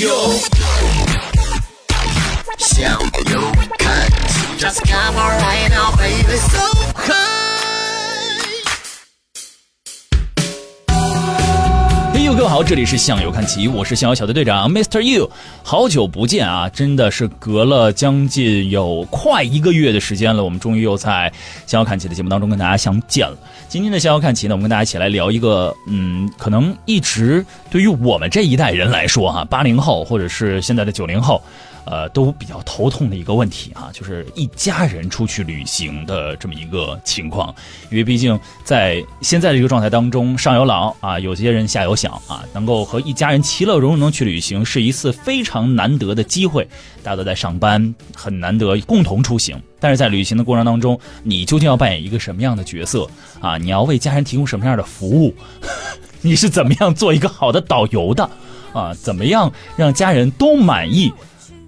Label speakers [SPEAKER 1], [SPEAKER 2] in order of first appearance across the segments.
[SPEAKER 1] 哟！向右看，Just come on right now, baby, so high。
[SPEAKER 2] 嘿哎呦，各位好，这里是向右看齐，我是向右小队队长 Mr. You，好久不见啊，真的是隔了将近有快一个月的时间了，我们终于又在向右看齐的节目当中跟大家相见了。今天的向右看齐呢，我们跟大家一起来聊一个，嗯，可能一直对于我们这一代人来说哈、八零后或者是现在的九零后。呃，都比较头痛的一个问题啊，就是一家人出去旅行的这么一个情况，因为毕竟在现在这个状态当中，上有老啊，有些人下有小啊，能够和一家人其乐融融的去旅行，是一次非常难得的机会。大家都在上班，很难得共同出行，但是在旅行的过程当中，你究竟要扮演一个什么样的角色啊？你要为家人提供什么样的服务？ 你是怎么样做一个好的导游的啊？怎么样让家人都满意，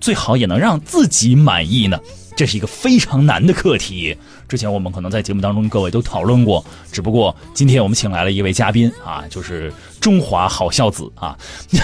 [SPEAKER 2] 最好也能让自己满意呢？这是一个非常难的课题。之前我们可能在节目当中各位都讨论过，只不过今天我们请来了一位嘉宾啊，就是中华好孝子啊，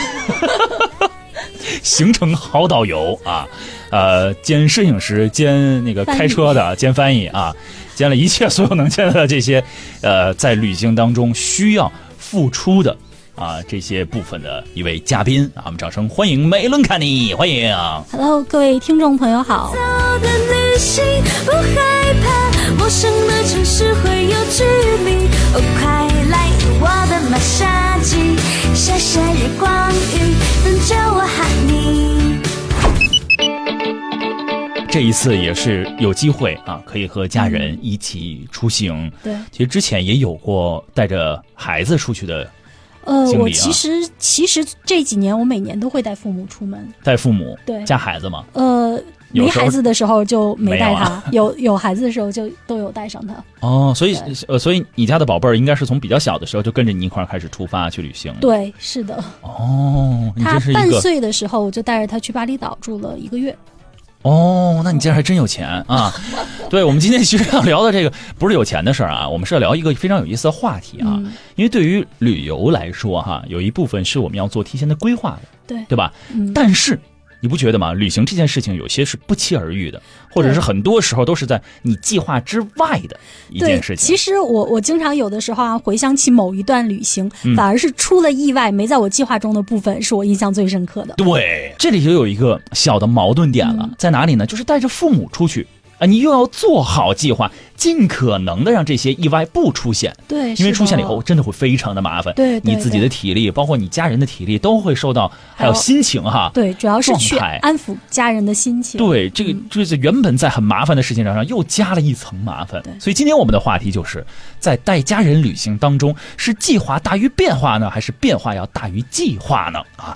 [SPEAKER 2] 行程好导游啊，呃，兼摄影师，兼那个开车的，兼翻译啊，兼了一切所有能兼的这些，呃，在旅行当中需要付出的啊这些部分的一位嘉宾啊，我们掌声欢迎梅伦卡尼，欢迎。
[SPEAKER 3] Hello，各位听众朋友好。
[SPEAKER 4] 早的旅行不害怕，陌生的城市会有距离。哦，快来我的马杀鸡，下下月光浴，等着我喊你。
[SPEAKER 2] 这一次也是有机会啊，可以和家人一起出行。
[SPEAKER 3] 对，
[SPEAKER 2] 其实之前也有过带着孩子出去的，
[SPEAKER 3] 呃，
[SPEAKER 2] 经理啊
[SPEAKER 3] 我其实其实这几年我每年都会带父母出门。
[SPEAKER 2] 带父母，
[SPEAKER 3] 对
[SPEAKER 2] 加孩子嘛。
[SPEAKER 3] 呃，
[SPEAKER 2] 有
[SPEAKER 3] 没
[SPEAKER 2] 时候
[SPEAKER 3] 孩子的时候就没带
[SPEAKER 2] 没有
[SPEAKER 3] 他，
[SPEAKER 2] 啊
[SPEAKER 3] 有有孩子的时候就都有带上他。
[SPEAKER 2] 哦，所以呃，所以你家的宝贝儿应该是从比较小的时候就跟着你一块儿开始出发去旅行。，
[SPEAKER 3] 对，是的，
[SPEAKER 2] 哦，你
[SPEAKER 3] 他
[SPEAKER 2] 这是
[SPEAKER 3] 半
[SPEAKER 2] 一个
[SPEAKER 3] 岁的时候我就带着他去巴厘岛住了一个月。
[SPEAKER 2] 哦，那你这还真有钱 啊！对，我们今天其实要聊的这个不是有钱的事儿啊，我们是要聊一个非常有意思的话题啊，
[SPEAKER 3] 嗯
[SPEAKER 2] 因为对于旅游来说哈、有一部分是我们要做提前的规划的，
[SPEAKER 3] 对
[SPEAKER 2] 对吧？
[SPEAKER 3] 嗯，
[SPEAKER 2] 但是你不觉得吗？旅行这件事情有些是不期而遇的，或者是很多时候都是在你计划之外的一
[SPEAKER 3] 对
[SPEAKER 2] 件，事情。
[SPEAKER 3] 其实我我经常有的时候啊，回想起某一段旅行，
[SPEAKER 2] 嗯
[SPEAKER 3] 反而是出了意外，没在我计划中的部分是我印象最深刻的。
[SPEAKER 2] 对，这里就有一个小的矛盾点了，
[SPEAKER 3] 嗯
[SPEAKER 2] 在哪里呢？就是带着父母出去啊，你又要做好计划，尽可能的让这些意外不出现，
[SPEAKER 3] 对，
[SPEAKER 2] 因为
[SPEAKER 3] 是
[SPEAKER 2] 出现了以
[SPEAKER 3] 的
[SPEAKER 2] 后真的会非常的麻烦，
[SPEAKER 3] 对对
[SPEAKER 2] 你自己的体力，包括你家人的体力都会受到，还
[SPEAKER 3] 还有
[SPEAKER 2] 有心情哈。
[SPEAKER 3] 对，主要是去
[SPEAKER 2] 状态
[SPEAKER 3] 安抚家人的心情。
[SPEAKER 2] 对，这个这是原本在很麻烦的事情上又加了一层麻烦，
[SPEAKER 3] 对
[SPEAKER 2] 所以今天我们的话题就是在带家人旅行当中，是计划大于变化呢，还是变化要大于计划呢？啊，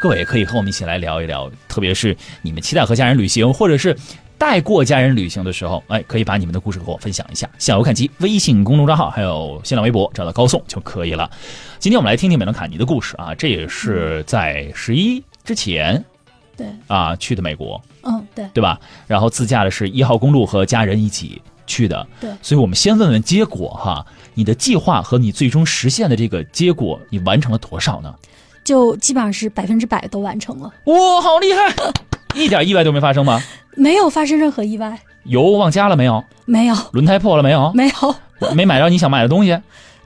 [SPEAKER 2] 各位也可以和我们一起来聊一聊，特别是你们期待和家人旅行，或者是。带过家人旅行的时候，哎，可以把你们的故事和我分享一下。向右看齐微信公众账号还有新浪微博找到高颂就可以了。今天我们来听听美伦卡尼的故事啊，这也是在十一之前
[SPEAKER 3] 对，
[SPEAKER 2] 啊去的美国。
[SPEAKER 3] 嗯，对。
[SPEAKER 2] 对吧？然后自驾的是一号公路和家人一起去的，
[SPEAKER 3] 对
[SPEAKER 2] 所以我们先问问结果哈，你的计划和你最终实现的这个结果，你完成了多少呢？
[SPEAKER 3] 就基本上是百分之百都完成了，
[SPEAKER 2] 哇、好厉害，一点意外都没发生吗？
[SPEAKER 3] 没有发生任何意外，
[SPEAKER 2] 油忘加了没有？
[SPEAKER 3] 没有，
[SPEAKER 2] 轮胎破了没有？
[SPEAKER 3] 没有，
[SPEAKER 2] 没买着你想买的东西，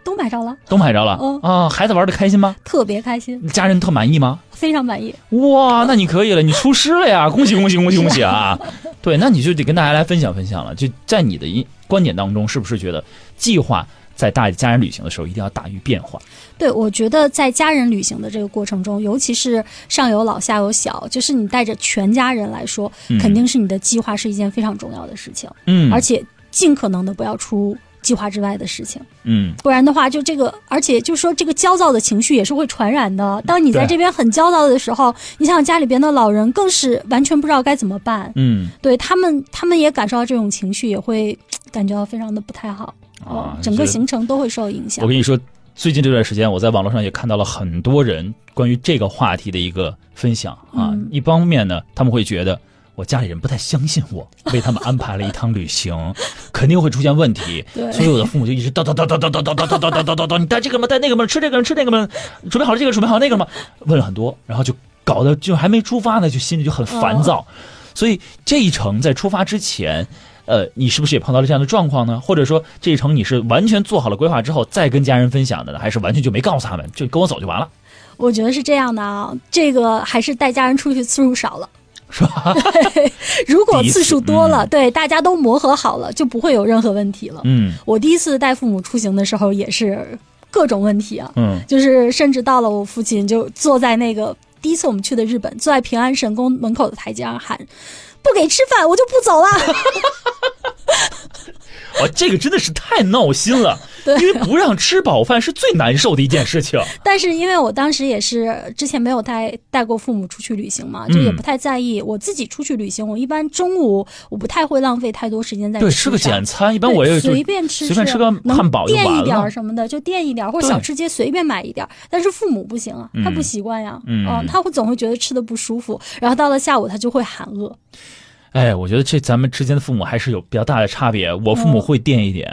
[SPEAKER 3] 都买着了，
[SPEAKER 2] 都买着了、
[SPEAKER 3] 嗯
[SPEAKER 2] 啊！孩子玩的开心吗？
[SPEAKER 3] 特别开心，
[SPEAKER 2] 家人特满意吗？
[SPEAKER 3] 非常满意。
[SPEAKER 2] 哇，那你可以了，你出师了呀！恭喜恭喜恭喜恭喜啊！对，那你就得跟大家来分享分享了。就在你的一观点当中，是不是觉得计划在带家人旅行的时候一定要大于变化？
[SPEAKER 3] 对，我觉得在家人旅行的这个过程中，尤其是上有老下有小，就是你带着全家人来说，
[SPEAKER 2] 嗯
[SPEAKER 3] 肯定是你的计划是一件非常重要的事情，
[SPEAKER 2] 嗯，
[SPEAKER 3] 而且尽可能的不要出计划之外的事情。
[SPEAKER 2] 嗯，
[SPEAKER 3] 不然的话，就这个，而且就说这个焦躁的情绪也是会传染的。当你在
[SPEAKER 2] 对
[SPEAKER 3] 这边很焦躁的时候，你想想家里边的老人更是完全不知道该怎么办，
[SPEAKER 2] 嗯
[SPEAKER 3] 对他们，他们也感受到这种情绪，也会嘖感觉到非常的不太好。
[SPEAKER 2] 啊
[SPEAKER 3] 哦，整个
[SPEAKER 2] 是
[SPEAKER 3] 行程都会受影响
[SPEAKER 2] 我。跟你说，最近这段时间，我在网络上也看到了很多人关于这个话题的一个分享啊。
[SPEAKER 3] 嗯
[SPEAKER 2] 一方面呢，他们会觉得。我家里人不太相信我，为他们安排了一趟旅 行，肯定会出现问题。
[SPEAKER 3] 对
[SPEAKER 2] 所以我的父母就一直叨叨叨叨叨叨叨叨叨叨叨叨叨叨，你带这个吗？带那个吗？吃这个吗？吃那个吗？准备好了这个，准备好那个吗？问了很多，然后就搞得就还没出发呢，就心里就很
[SPEAKER 3] 嗯
[SPEAKER 2] 烦躁。所以这一程在出发之前，呃，你是不是也碰到了这样的状况呢？或者说这一程你是完全做好了规划之后再跟家人分享的呢，还是完全就没告诉他们，就跟我走就完了？
[SPEAKER 3] 我觉得是这样的啊，这个还是带家人出去次数少了。是吧？ 如果
[SPEAKER 2] 第一次
[SPEAKER 3] 次数多了，对大家都磨合好了，就不会有任何问题了。
[SPEAKER 2] 嗯
[SPEAKER 3] 我第一次带父母出行的时候也是各种问题啊，
[SPEAKER 2] 嗯
[SPEAKER 3] 就是甚至到了我父亲就坐在那个第一次我们去的日本，坐在平安神宫门口的台阶上喊：“不给吃饭，我就不走了。
[SPEAKER 2] 哇，这个真的是太闹心了，
[SPEAKER 3] 对哎
[SPEAKER 2] 因为不让吃饱饭是最难受的一件事情。”
[SPEAKER 3] 但是因为我当时也是之前没有带带过父母出去旅行嘛，
[SPEAKER 2] 嗯
[SPEAKER 3] 就也不太在意。我自己出去旅行，我一般中午我不太会浪费太多时间在
[SPEAKER 2] 对，吃
[SPEAKER 3] 吃
[SPEAKER 2] 个
[SPEAKER 3] 上
[SPEAKER 2] 简餐，一般
[SPEAKER 3] 啊对
[SPEAKER 2] 我也就
[SPEAKER 3] 随便吃，
[SPEAKER 2] 随便吃个
[SPEAKER 3] 能
[SPEAKER 2] 汉堡就
[SPEAKER 3] 垫一
[SPEAKER 2] 完
[SPEAKER 3] 点儿
[SPEAKER 2] 了。
[SPEAKER 3] 什么的就垫一点儿，或者
[SPEAKER 2] 对
[SPEAKER 3] 小吃街随便买一点儿。但是父母不行啊，他不
[SPEAKER 2] 嗯
[SPEAKER 3] 习惯呀，
[SPEAKER 2] 嗯
[SPEAKER 3] 他会总会觉得吃的不舒服，然后到了下午他就会喊饿。
[SPEAKER 2] 哎，我觉得这咱们之间的父母还是有比较大的差别。我父母会垫一点，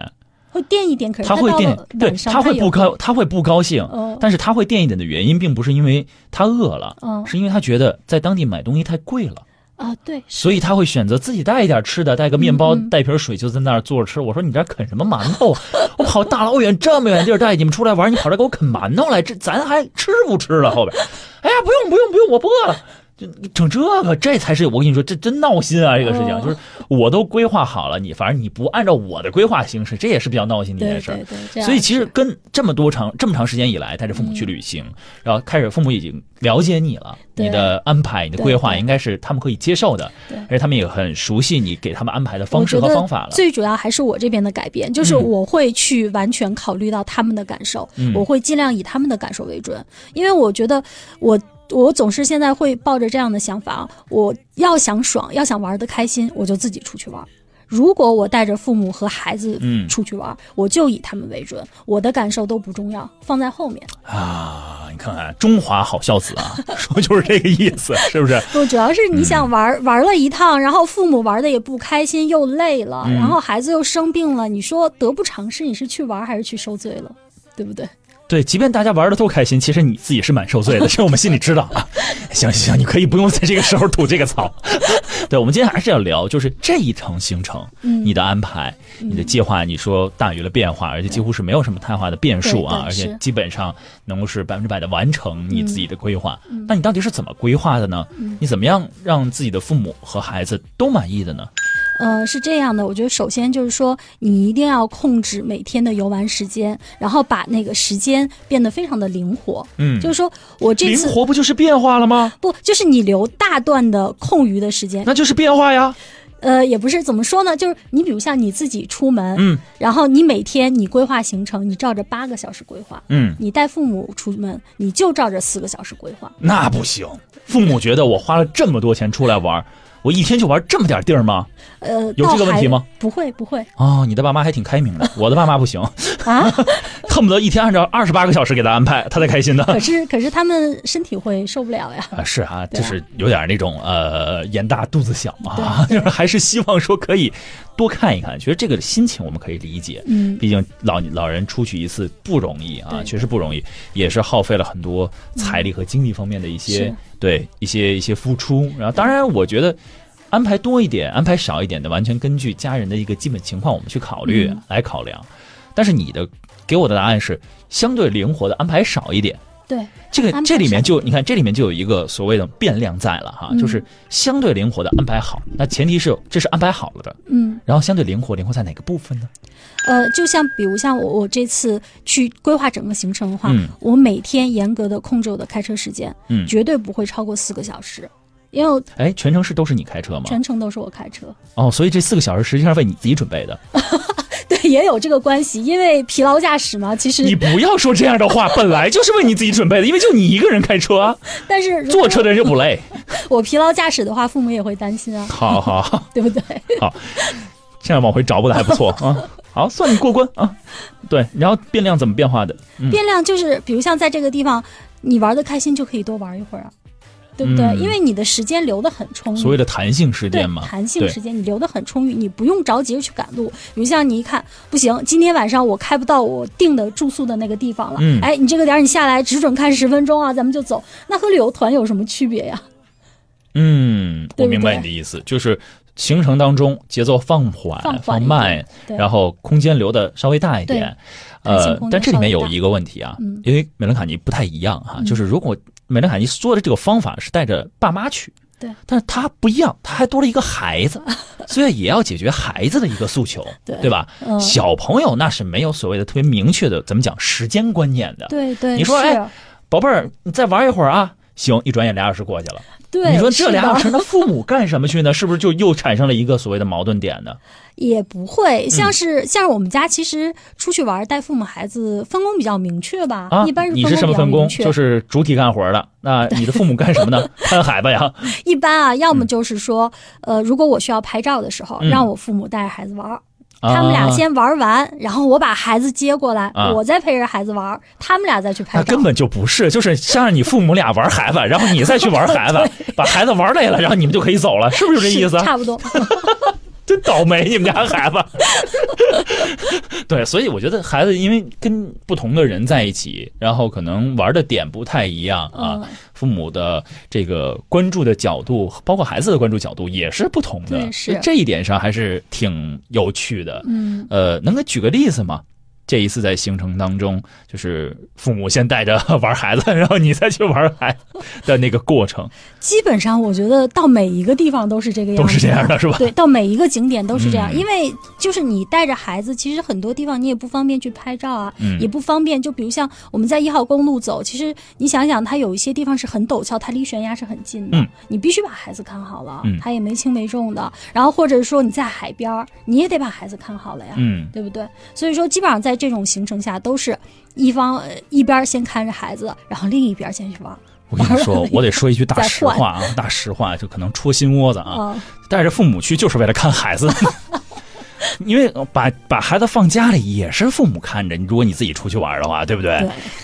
[SPEAKER 3] 会垫一点，可是
[SPEAKER 2] 他会
[SPEAKER 3] 到
[SPEAKER 2] 垫
[SPEAKER 3] 了，
[SPEAKER 2] 对
[SPEAKER 3] 晚，上
[SPEAKER 2] 他会
[SPEAKER 3] 有
[SPEAKER 2] 不高，他会不高兴，
[SPEAKER 3] 嗯
[SPEAKER 2] 但是他会垫一点的原因，并不是因为他饿了，
[SPEAKER 3] 嗯
[SPEAKER 2] 是因为他觉得在当地买东西太贵了，
[SPEAKER 3] 啊，对，
[SPEAKER 2] 所以他会选择自己带一点吃的，带个面包，
[SPEAKER 3] 嗯嗯
[SPEAKER 2] 带一瓶水，就在那儿坐着吃。我说你这儿啃什么馒头啊？ 我跑大老远这么远地儿带你们出来玩，你跑这儿给我啃馒头来，这咱还吃不吃了？后边， 哎呀，不用不用不用，我不饿了。就整这个，这才是我跟你说，这真闹心啊！这个事情、
[SPEAKER 3] 哦
[SPEAKER 2] 就是我都规划好了，你反正你不按照我的规划行事，这也是比较闹心的一
[SPEAKER 3] 对
[SPEAKER 2] 件事儿
[SPEAKER 3] 对。对，啊这样
[SPEAKER 2] 所以其实跟这么多长这么长时间以来带着父母去旅行，然后开始父母已经了解你了，
[SPEAKER 3] 对
[SPEAKER 2] 你的安排、你的
[SPEAKER 3] 对
[SPEAKER 2] 规划
[SPEAKER 3] 对
[SPEAKER 2] 应该是他们可以接受的
[SPEAKER 3] 对，
[SPEAKER 2] 而且他们也很熟悉你给他们安排的方式
[SPEAKER 3] 我觉
[SPEAKER 2] 和
[SPEAKER 3] 得
[SPEAKER 2] 方法了。
[SPEAKER 3] 最主要还是我这边的改变，就是
[SPEAKER 2] 嗯
[SPEAKER 3] 我会去完全考虑到他们的感受，
[SPEAKER 2] 嗯
[SPEAKER 3] 我会尽量以他们的感受为准，因为我觉得我。我总是现在会抱着这样的想法啊，我要想爽，要想玩得开心，我就自己出去玩。如果我带着父母和孩子
[SPEAKER 2] 嗯
[SPEAKER 3] 出去玩，我就以他们为准，我的感受都不重要，放在后面。
[SPEAKER 2] 啊，你看看中华好孝子 啊，说就是这个意思，是不是？
[SPEAKER 3] 不，主要是你
[SPEAKER 2] 嗯
[SPEAKER 3] 想玩、玩了一趟，然后父母玩的也不开心，又累了，然
[SPEAKER 2] 嗯
[SPEAKER 3] 后孩子又生病了，你说得不偿失，你是去玩还是去受罪了，对不对？
[SPEAKER 2] 对，即便大家玩的都开心，其实你自己是蛮受 罪的，这我们心里知道啊。行行行，你可以不用在这个时候吐这个槽。对，我们今天还是要聊，就是这一程行程，
[SPEAKER 3] 嗯
[SPEAKER 2] 你的安排、你的计划，你说大于了变化，而且几乎是没有什么太大的变数啊，
[SPEAKER 3] 对对
[SPEAKER 2] 而且
[SPEAKER 3] 是
[SPEAKER 2] 基本上能够是百分之百的完成你自己的规划。
[SPEAKER 3] 嗯
[SPEAKER 2] 那你到底是怎么规划的呢？你怎么样让自己的父母和孩子都满意的呢？
[SPEAKER 3] 呃，是这样的，我觉得首先就是说，你一定要控制每天的游玩时间，然后把那个时间变得非常的灵活。
[SPEAKER 2] 嗯
[SPEAKER 3] 就是说我这
[SPEAKER 2] 灵
[SPEAKER 3] 次
[SPEAKER 2] 活不就是变化了吗？
[SPEAKER 3] 不就是你留大段的空余的时间，
[SPEAKER 2] 那就是变化呀。
[SPEAKER 3] 呃，也不是怎么说呢，就是你比如像你自己出门，
[SPEAKER 2] 嗯，
[SPEAKER 3] 然后你每天你规划行程，你照着八个小时规划，
[SPEAKER 2] 嗯，
[SPEAKER 3] 你带父母出门，你就照着四个小时规划。
[SPEAKER 2] 那不行，父母觉得我花了这么多钱出来玩，我一天就玩这么点地儿吗？
[SPEAKER 3] 呃，
[SPEAKER 2] 有
[SPEAKER 3] 到
[SPEAKER 2] 这个问
[SPEAKER 3] 孩
[SPEAKER 2] 题吗？
[SPEAKER 3] 不会，不会
[SPEAKER 2] 哦，你的爸妈还挺开明的，我的爸妈不行，
[SPEAKER 3] 啊。
[SPEAKER 2] 恨不得一天按照二十八个小时给他安排，他才开心呢。
[SPEAKER 3] 可是，可是他们身体会受不了呀。
[SPEAKER 2] 啊，是啊，
[SPEAKER 3] 对
[SPEAKER 2] 就
[SPEAKER 3] 啊
[SPEAKER 2] 是有点那种呃眼大肚子小嘛啊， 就是还是希望说可以多看一看。觉得这个心情我们可以理解，
[SPEAKER 3] 嗯
[SPEAKER 2] 毕竟老老人出去一次不容易啊，
[SPEAKER 3] 对嗯
[SPEAKER 2] 确实不容易，也是耗费了很多财力和精力方面的一些、
[SPEAKER 3] 是
[SPEAKER 2] 对一些一些付出。然后，当然我觉得。安排多一点，安排少一点的，完全根据家人的一个基本情况，我们去考虑、
[SPEAKER 3] 嗯
[SPEAKER 2] 来考量。但是你的给我的答案是相对灵活的，安排少一点。
[SPEAKER 3] 对，
[SPEAKER 2] 这个
[SPEAKER 3] 安排
[SPEAKER 2] 这里面
[SPEAKER 3] 上
[SPEAKER 2] 就你看，这里面就有一个所谓的变量在了哈，
[SPEAKER 3] 嗯
[SPEAKER 2] 就是相对灵活的安排好。那前提是这是安排好了的，
[SPEAKER 3] 嗯，
[SPEAKER 2] 然后相对灵活，灵活在哪个部分呢？
[SPEAKER 3] 呃，就像比如像我我这次去规划整个行程的话，
[SPEAKER 2] 嗯
[SPEAKER 3] 我每天严格的控制我的开车时间，
[SPEAKER 2] 嗯
[SPEAKER 3] 绝对不会超过四个小时，因为我
[SPEAKER 2] 哎，全程是都是你开车吗？
[SPEAKER 3] 全程都是我开车。
[SPEAKER 2] 哦，所以这四个小时实际上为你自己准备的。
[SPEAKER 3] 对，也有这个关系，因为疲劳驾驶嘛，其
[SPEAKER 2] 你
[SPEAKER 3] 实
[SPEAKER 2] 不要说这样的话，本来就是为你自己准备的，因为就你一个人开车啊，
[SPEAKER 3] 但 是如
[SPEAKER 2] 坐
[SPEAKER 3] 果
[SPEAKER 2] 车的人又不 累。
[SPEAKER 3] 我疲劳驾驶的话，父母也会担心啊，
[SPEAKER 2] 好好好，
[SPEAKER 3] 对不对？
[SPEAKER 2] 这样往回找补的还不错 啊。好，算你过关啊。对，然后变量怎么变化的？嗯
[SPEAKER 3] 变量就是，比如像在这个地方，你玩的开心就可以多玩一会儿啊。对不对？
[SPEAKER 2] 嗯
[SPEAKER 3] 因为你的时间留得很充裕，
[SPEAKER 2] 所谓的弹性时
[SPEAKER 3] 嗯对
[SPEAKER 2] 间嘛，
[SPEAKER 3] 弹性
[SPEAKER 2] 对
[SPEAKER 3] 时间你留得很充裕，你不用着急着去赶路。比如像你一看，不行，今天晚上我开不到我定的住宿的那个地方了，
[SPEAKER 2] 嗯
[SPEAKER 3] 哎，你这个点儿你下来只准看十分钟啊，咱们就走，那和旅游团有什么区别呀？
[SPEAKER 2] 嗯，
[SPEAKER 3] 对
[SPEAKER 2] 我
[SPEAKER 3] 不
[SPEAKER 2] 明白
[SPEAKER 3] 对
[SPEAKER 2] 你的意思，就是行程当中节奏放缓、
[SPEAKER 3] 放
[SPEAKER 2] 放
[SPEAKER 3] 缓一
[SPEAKER 2] 慢
[SPEAKER 3] 点，对
[SPEAKER 2] 然后空间留的稍微大一点。
[SPEAKER 3] 对弹性
[SPEAKER 2] 呃
[SPEAKER 3] 空间，
[SPEAKER 2] 但这里面
[SPEAKER 3] 稍
[SPEAKER 2] 有
[SPEAKER 3] 微大
[SPEAKER 2] 一个问题啊，
[SPEAKER 3] 嗯
[SPEAKER 2] 因为美伦卡尼不太一样哈、就是如果美伦卡尼说的这个方法是带着爸妈去。
[SPEAKER 3] 对
[SPEAKER 2] 但是他不一样，他还多了一个孩 子，所以也要解决孩子的一个诉求，
[SPEAKER 3] 对
[SPEAKER 2] 吧、
[SPEAKER 3] 嗯
[SPEAKER 2] 小朋友那是没有所谓的特别明确的，怎么讲时间观念的。
[SPEAKER 3] 对对，
[SPEAKER 2] 你说
[SPEAKER 3] 是
[SPEAKER 2] 哎，宝贝儿，你再玩一会儿啊，行，一转眼俩小时过去了。
[SPEAKER 3] 对，
[SPEAKER 2] 你说这
[SPEAKER 3] 是
[SPEAKER 2] 俩
[SPEAKER 3] 的
[SPEAKER 2] 小时，那父母干什么去呢？是不是就又产生了一个所谓的矛盾点呢？
[SPEAKER 3] 也不会，
[SPEAKER 2] 嗯
[SPEAKER 3] 像是、像是我们家其实出去玩儿带父母孩子分工比较明确吧，
[SPEAKER 2] 啊，
[SPEAKER 3] 一般是
[SPEAKER 2] 你是什么
[SPEAKER 3] 分
[SPEAKER 2] 分
[SPEAKER 3] 工
[SPEAKER 2] 工？
[SPEAKER 3] 比较明确，
[SPEAKER 2] 就是主体干活的。那你的父母干什么 呢？看海吧呀。
[SPEAKER 3] 一般啊，要么就是说，呃，如果我需要拍照的时候，
[SPEAKER 2] 嗯
[SPEAKER 3] 让我父母带着孩子玩儿，
[SPEAKER 2] 啊
[SPEAKER 3] 他们俩。先玩完，然后我把孩子接过来，
[SPEAKER 2] 啊
[SPEAKER 3] 我再陪着孩子玩，他们俩再去
[SPEAKER 2] 那
[SPEAKER 3] 拍照
[SPEAKER 2] 根。本就不是，就是先让你父母俩玩孩子，然后你再去玩孩 子，把孩子玩累了，然后你们就可以走了，是不是这意思？啊
[SPEAKER 3] 差不多。
[SPEAKER 2] 真倒霉，你们家孩子。 对，所以我觉得孩子因为跟不同的人在一起，然后可能玩的点不太一样啊，
[SPEAKER 3] 嗯
[SPEAKER 2] 父母的这个关注的角度，包括孩子的关注角度也是不同的
[SPEAKER 3] 对，是
[SPEAKER 2] 这一点上还是挺有趣的。
[SPEAKER 3] 嗯，
[SPEAKER 2] 呃，能给举个例子吗？这一次在行程当中，就是父母先带着玩孩子，然后你再去玩孩子的那个过程，
[SPEAKER 3] 基本上我觉得到每一个地方都是这个样子，
[SPEAKER 2] 都是这样的，是吧？
[SPEAKER 3] 对，到每一个景点都是这样，
[SPEAKER 2] 嗯
[SPEAKER 3] 因为就是你带着孩子，其实很多地方你也不方便去拍照啊，
[SPEAKER 2] 嗯
[SPEAKER 3] 也不方便。就比如像我们在一号公路走，其实你想想，它有一些地方是很陡峭，它离悬崖是很近的，
[SPEAKER 2] 嗯
[SPEAKER 3] 你必须把孩子看好了，
[SPEAKER 2] 嗯
[SPEAKER 3] 他也没轻没重的。然后或者说你在海边儿，你也得把孩子看好了呀，
[SPEAKER 2] 嗯，
[SPEAKER 3] 对不对？所以说，基本上在这种行程下，都是一方呃一边儿先看着孩子，然后另一边儿先去 玩儿。
[SPEAKER 2] 我跟你说，我得说一句大
[SPEAKER 3] 再
[SPEAKER 2] 实
[SPEAKER 3] 换
[SPEAKER 2] 话啊，大实话就可能戳心窝子啊。
[SPEAKER 3] 啊、
[SPEAKER 2] 带着父母去就是为了看孩子， 因为呃把把孩子放家里也是父母看着。如果你自己出去玩的话，对不对？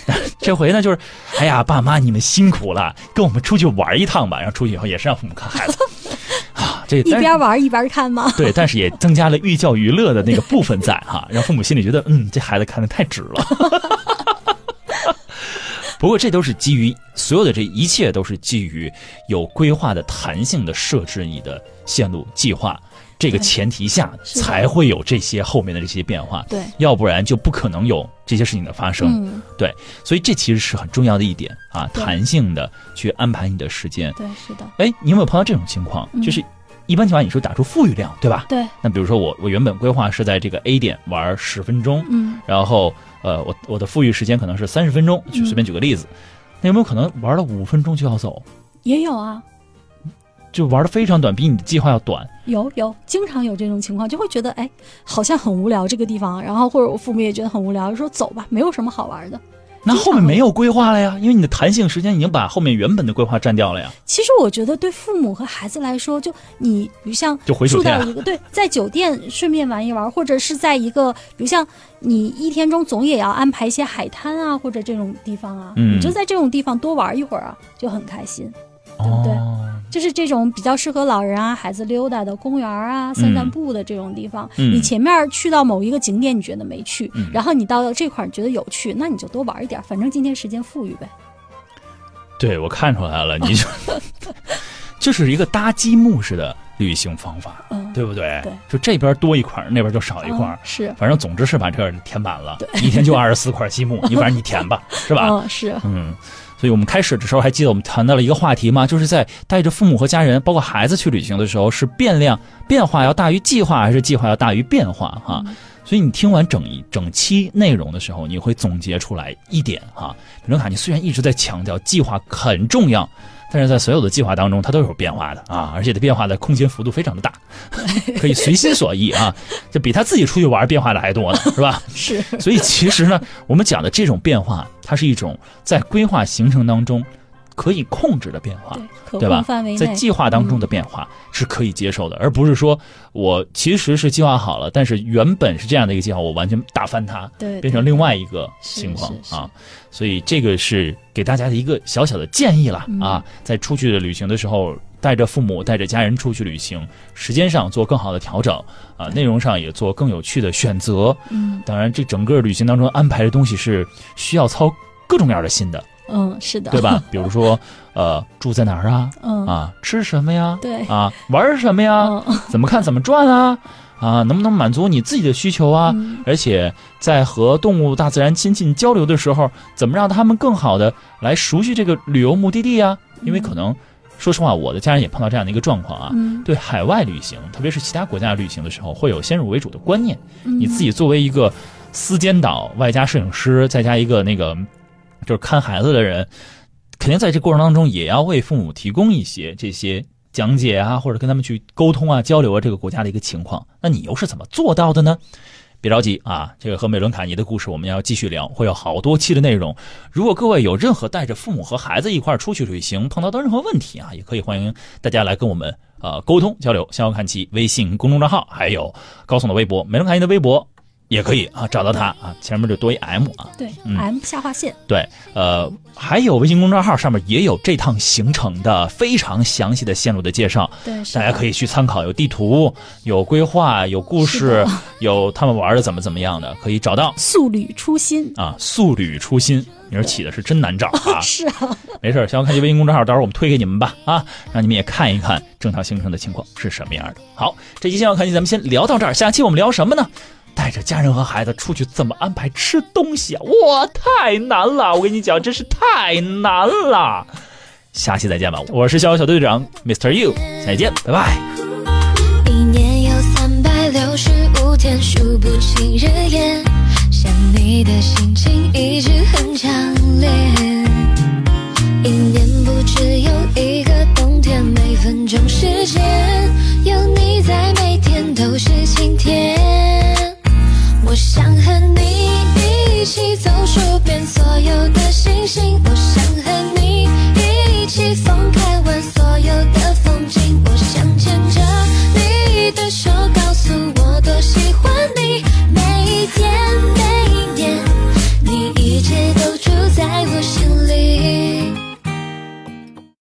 [SPEAKER 3] 对
[SPEAKER 2] 这回呢，就是哎呀，爸妈你们辛苦了，跟我们出去玩一趟吧。然后出去以后也是让父母看孩子 啊，这
[SPEAKER 3] 一
[SPEAKER 2] 但是
[SPEAKER 3] 边儿玩儿一边儿看 嘛。
[SPEAKER 2] 对，但是也增加了寓教于乐的那个部分在 哈，让父母心里觉得，嗯，这孩子看的太值了。不过这都是基于所有的这一切都是基于有规划的弹性的设置你的线路计划这个前提下，
[SPEAKER 3] 是的
[SPEAKER 2] 才会有这些后面的这些变化。
[SPEAKER 3] 对，
[SPEAKER 2] 要不然就不可能有这些事情的发生。
[SPEAKER 3] 嗯，
[SPEAKER 2] 对，所以这其实是很重要的一点啊，
[SPEAKER 3] 对
[SPEAKER 2] 弹性的去安排你的时间。
[SPEAKER 3] 对，是的，
[SPEAKER 2] 哎，你有没有碰到这种情况？
[SPEAKER 3] 嗯
[SPEAKER 2] 就是一般情况下你说打出富裕量，对吧？
[SPEAKER 3] 对，
[SPEAKER 2] 那比如说我我原本规划是在这个 A 点玩十分钟，
[SPEAKER 3] 嗯。
[SPEAKER 2] 然后呃我我的富裕时间可能是三十分钟，就随便举个例子，那有没有可能玩了五分钟就要走，
[SPEAKER 3] 也有啊，
[SPEAKER 2] 就玩的非常短，比你的计划要短？
[SPEAKER 3] 有有，经常有这种情况，就会觉得哎，好像很无聊这个地方，然后或者我父母也觉得很无聊，就说走吧，没有什么好玩的。
[SPEAKER 2] 那
[SPEAKER 3] 经常
[SPEAKER 2] 后面没有规划了呀，因为你的弹性时间已经把后面原本的规划占掉了呀。
[SPEAKER 3] 其实我觉得对父母和孩子来说，就你比如像
[SPEAKER 2] 就回酒
[SPEAKER 3] 住
[SPEAKER 2] 店
[SPEAKER 3] 到
[SPEAKER 2] 啊
[SPEAKER 3] 一个对，在酒店顺便玩一玩，或者是在一个比如像你一天中总也要安排一些海滩啊或者这种地方啊，
[SPEAKER 2] 嗯
[SPEAKER 3] 你就在这种地方多玩一会儿啊，就很开心。对不对
[SPEAKER 2] 哦
[SPEAKER 3] 就是这种比较适合老人啊、孩子溜达的公园啊、散散步的这种地方。
[SPEAKER 2] 嗯
[SPEAKER 3] 你前面去到某一个景点，你觉得没去，
[SPEAKER 2] 嗯
[SPEAKER 3] 然后你到这块儿你觉得有趣，那你就多玩一点，反正今天时间富裕呗。
[SPEAKER 2] 对，我看出来了， 你就 就是一个搭积木式的旅行方法，
[SPEAKER 3] 嗯，
[SPEAKER 2] 对不对？
[SPEAKER 3] 对
[SPEAKER 2] 就这边多一块儿，那边就少一块儿
[SPEAKER 3] 嗯、，是
[SPEAKER 2] 反正总之是把这儿填满了，一天就二十四块积木，你反正你填吧，是吧？
[SPEAKER 3] 嗯，是
[SPEAKER 2] 嗯，所以我们开始的时候还记得我们谈到了一个话题吗？就是在带着父母和家人，包括孩子去旅行的时候，是变量变化要大于计划，还是计划要大于变化？哈、所以你听完整一整期内容的时候，你会总结出来一点哈。美伦卡尼虽然一直在强调计划很重要，但是在所有的计划当中，它都有变化的啊，而且它变化的空间幅度非常的大， 可以随心所欲啊，这比他自己出去玩变化的还多呢，是吧？
[SPEAKER 3] 是，
[SPEAKER 2] 所以其实呢，我们讲的这种变化，它是一种在规划行程当中可以控制的变化
[SPEAKER 3] 对，，嗯可
[SPEAKER 2] 啊对
[SPEAKER 3] 控
[SPEAKER 2] 吧
[SPEAKER 3] 范围？
[SPEAKER 2] 在
[SPEAKER 3] 内，
[SPEAKER 2] 计划当中的变化是可以接受的，而不是说我其实是计划好了，但是原本是这样的一个计划，我完全打翻它，
[SPEAKER 3] 对，
[SPEAKER 2] 变成另外一个情况
[SPEAKER 3] 是是是
[SPEAKER 2] 啊。所以这个是给大家的一个小小的建议了
[SPEAKER 3] 嗯
[SPEAKER 2] 啊，在出去的旅行的时候。带着父母、带着家人出去旅行，时间上做更好的调整，啊、内容上也做更有趣的选择。
[SPEAKER 3] 嗯
[SPEAKER 2] 当然，这整个旅行当中安排的东西是需要操各种各样的心的，
[SPEAKER 3] 嗯，是的，
[SPEAKER 2] 对？吧？ 比如说，呃，住在哪儿啊？
[SPEAKER 3] 嗯，
[SPEAKER 2] 啊，吃什么呀？
[SPEAKER 3] 对，
[SPEAKER 2] 啊，玩什么呀？
[SPEAKER 3] 嗯
[SPEAKER 2] 怎么看怎么赚啊？啊，能不能满足你自己的需求啊？
[SPEAKER 3] 嗯
[SPEAKER 2] 而且在和动物、大自然亲近交流的时候，怎么让他们更好的来熟悉这个旅游目的地呀？因为可能，说实话，我的家人也碰到这样的一个状况啊。
[SPEAKER 3] 嗯，
[SPEAKER 2] 对海外旅行，特别是其他国家旅行的时候，会有先入为主的观念。
[SPEAKER 3] 嗯
[SPEAKER 2] 你自己作为一个司监导，外加摄影师，再加一个那个就是看孩子的人，肯定在这过程当中也要为父母提供一些这些讲解啊，或者跟他们去沟通啊、交流啊这个国家的一个情况。那你又是怎么做到的呢？别着急啊，这个和美伦卡尼的故事我们要继续聊，会有好多期的内容。如果各位有任何带着父母和孩子一块儿出去旅行碰到的任何问题啊，也可以欢迎大家来跟我们呃沟通交流。逍遥看齐微信公众账号，还有高耸的微博、美伦卡尼的微博也可以啊，找到他啊，前面就多一 M 啊。
[SPEAKER 3] 对
[SPEAKER 2] 嗯
[SPEAKER 3] M 下划线，
[SPEAKER 2] 对，呃，还有微信公众号上面也有这趟行程的非常详细的线路的介绍，
[SPEAKER 3] 对，是
[SPEAKER 2] 大家
[SPEAKER 3] 的
[SPEAKER 2] 可以去参考，有地图、有规划、有故
[SPEAKER 3] 是
[SPEAKER 2] 事、 有他们玩的怎么怎么样的，可以找到
[SPEAKER 3] 素履初心。。
[SPEAKER 2] 啊。素履初心，名儿起的是真难找啊
[SPEAKER 3] 是啊，
[SPEAKER 2] 没事儿，想要看这微信公众号，到时候我们推给你们吧啊，让你们也看一看正常行程的情况是什么样的。好，这期想要看见咱们先聊到这儿，下期我们聊什么呢？带着家人和孩子出去怎么安排吃东西啊？哇，太难了！我跟你讲，真是太难了。下期再见吧，我是逍遥小队长 Mr. You，再见，拜拜。
[SPEAKER 4] 一年有三百六十五天，数不清日夜，想你的心情一直很强烈。一年不只有一个冬天，每分钟时间有你在，每天都是晴天。我想和你一起走数遍所有的星星，